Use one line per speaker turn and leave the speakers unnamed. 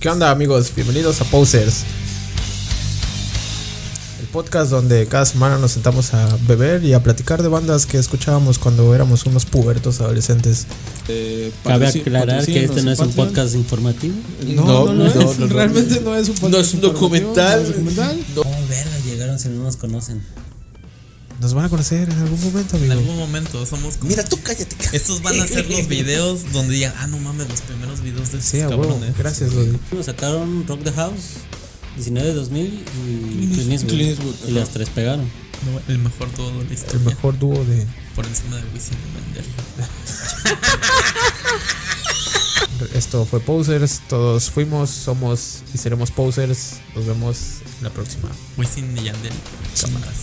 ¿Qué onda amigos? Bienvenidos a Posers. El podcast donde cada semana nos sentamos a beber y a platicar de bandas que escuchábamos cuando éramos unos pubertos adolescentes.
Eh,
Cabe
patrocin-
aclarar que este no es un
patrocínanos,
podcast informativo.
No, no, no,
no,
es,
no, no.
realmente no es un podcast.
No es un
informativo,
documental.
no es un documental.
¿Cómo verga llegaron si no nos conocen?
Nos van a conocer en algún momento,
En
amigo.
algún momento somos como.
Mira, tú cállate. ca-
Estos van a ser los videos donde digan, ah, no mames, los primeros videos de estos
¿eh? Sí, a huevo.
cabrones.
Gracias, Dodi.
Nos sacaron Rock the House, 19 de 2000 y Clint Eastwood.
Clint Eastwood,
y
ajá.
las tres pegaron.
No, el mejor todo de la
El
historia.
mejor dúo de.
Por encima de Wisin y Yandel.
Esto fue Posers. Todos fuimos, somos y seremos Posers. Nos vemos en la próxima.
Wisin y Yandel. Cámaras.